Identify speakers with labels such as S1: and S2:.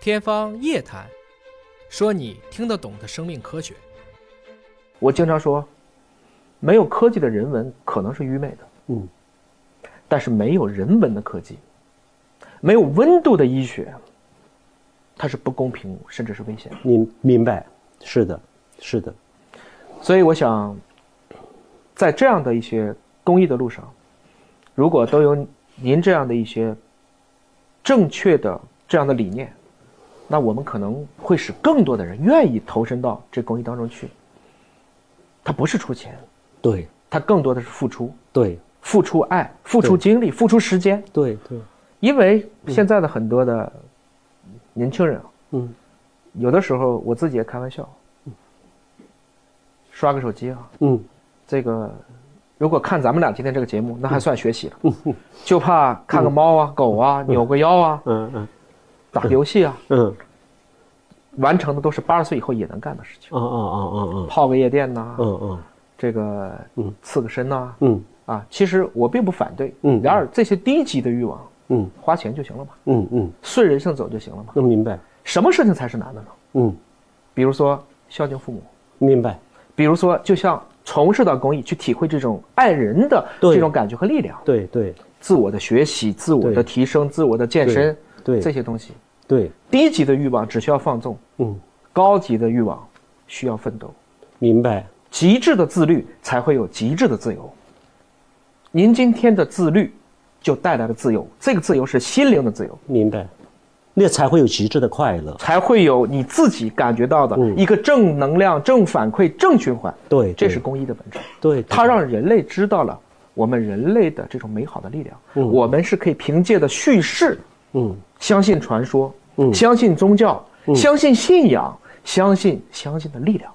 S1: 天方夜谭，说你听得懂的生命科学。
S2: 我经常说，没有科技的人文可能是愚昧的，
S3: 嗯，
S2: 但是没有人文的科技，没有温度的医学，它是不公平甚至是危险的。
S3: 你明白，是的，是的，
S2: 所以我想，在这样的一些公益的路上，如果都有您这样的一些正确的这样的理念，那我们可能会使更多的人愿意投身到这公益当中去。它不是出钱，
S3: 对，
S2: 它更多的是付出，
S3: 对，
S2: 付出爱，付出
S3: 对
S2: 精力，付出时间。
S3: 对，对，
S2: 因为现在的很多的年轻人啊，
S3: 嗯，
S2: 有的时候我自己也开玩笑，刷个手机啊，
S3: 嗯，
S2: 这个如果看咱们俩今天这个节目，那还算学习了，
S3: 嗯
S2: 就怕看个猫啊、狗啊、扭个腰啊、
S3: 嗯，嗯，
S2: 打个游戏啊，
S3: 嗯，
S2: 完成的都是八十岁以后也能干的事情，
S3: 嗯，嗯，嗯，
S2: 泡个夜店呐、
S3: 嗯，嗯，
S2: 这个
S3: 嗯
S2: 刺个身呐、
S3: 嗯，
S2: 啊，其实我并不反对，
S3: 嗯
S2: 然而这些低级的欲望，
S3: 嗯，
S2: 花钱就行了嘛，
S3: 嗯，嗯，
S2: 顺人性走就行了嘛，
S3: 能明白，
S2: 什么事情才是难的呢？
S3: 嗯，
S2: 比如说孝敬父母，
S3: 明白，
S2: 比如说就像从事到公益去体会这种爱人的
S3: 对
S2: 这种感觉和力量。
S3: 对，对，
S2: 自我的学习、自我的
S3: 对
S2: 提升、自我的健身，
S3: 对对
S2: 这些东西。
S3: 对，
S2: 低级的欲望只需要放纵，
S3: 嗯，
S2: 高级的欲望需要奋斗。
S3: 明白，
S2: 极致的自律才会有极致的自由。您今天的自律，就带来了自由。这个自由是心灵的自由，
S3: 明白，那才会有极致的快乐。
S2: 才会有你自己感觉到的
S3: 嗯
S2: 一个正能量、正反馈、正循环。
S3: 对，
S2: 这
S3: 对
S2: 是公益的本质。
S3: 对，
S2: 它让人类知道了我们人类的这种美好的力量，
S3: 嗯
S2: 我们是可以凭借的叙事。
S3: 嗯，
S2: 相信传说，
S3: 嗯
S2: 相信宗教，相信信仰，相信相信的力量。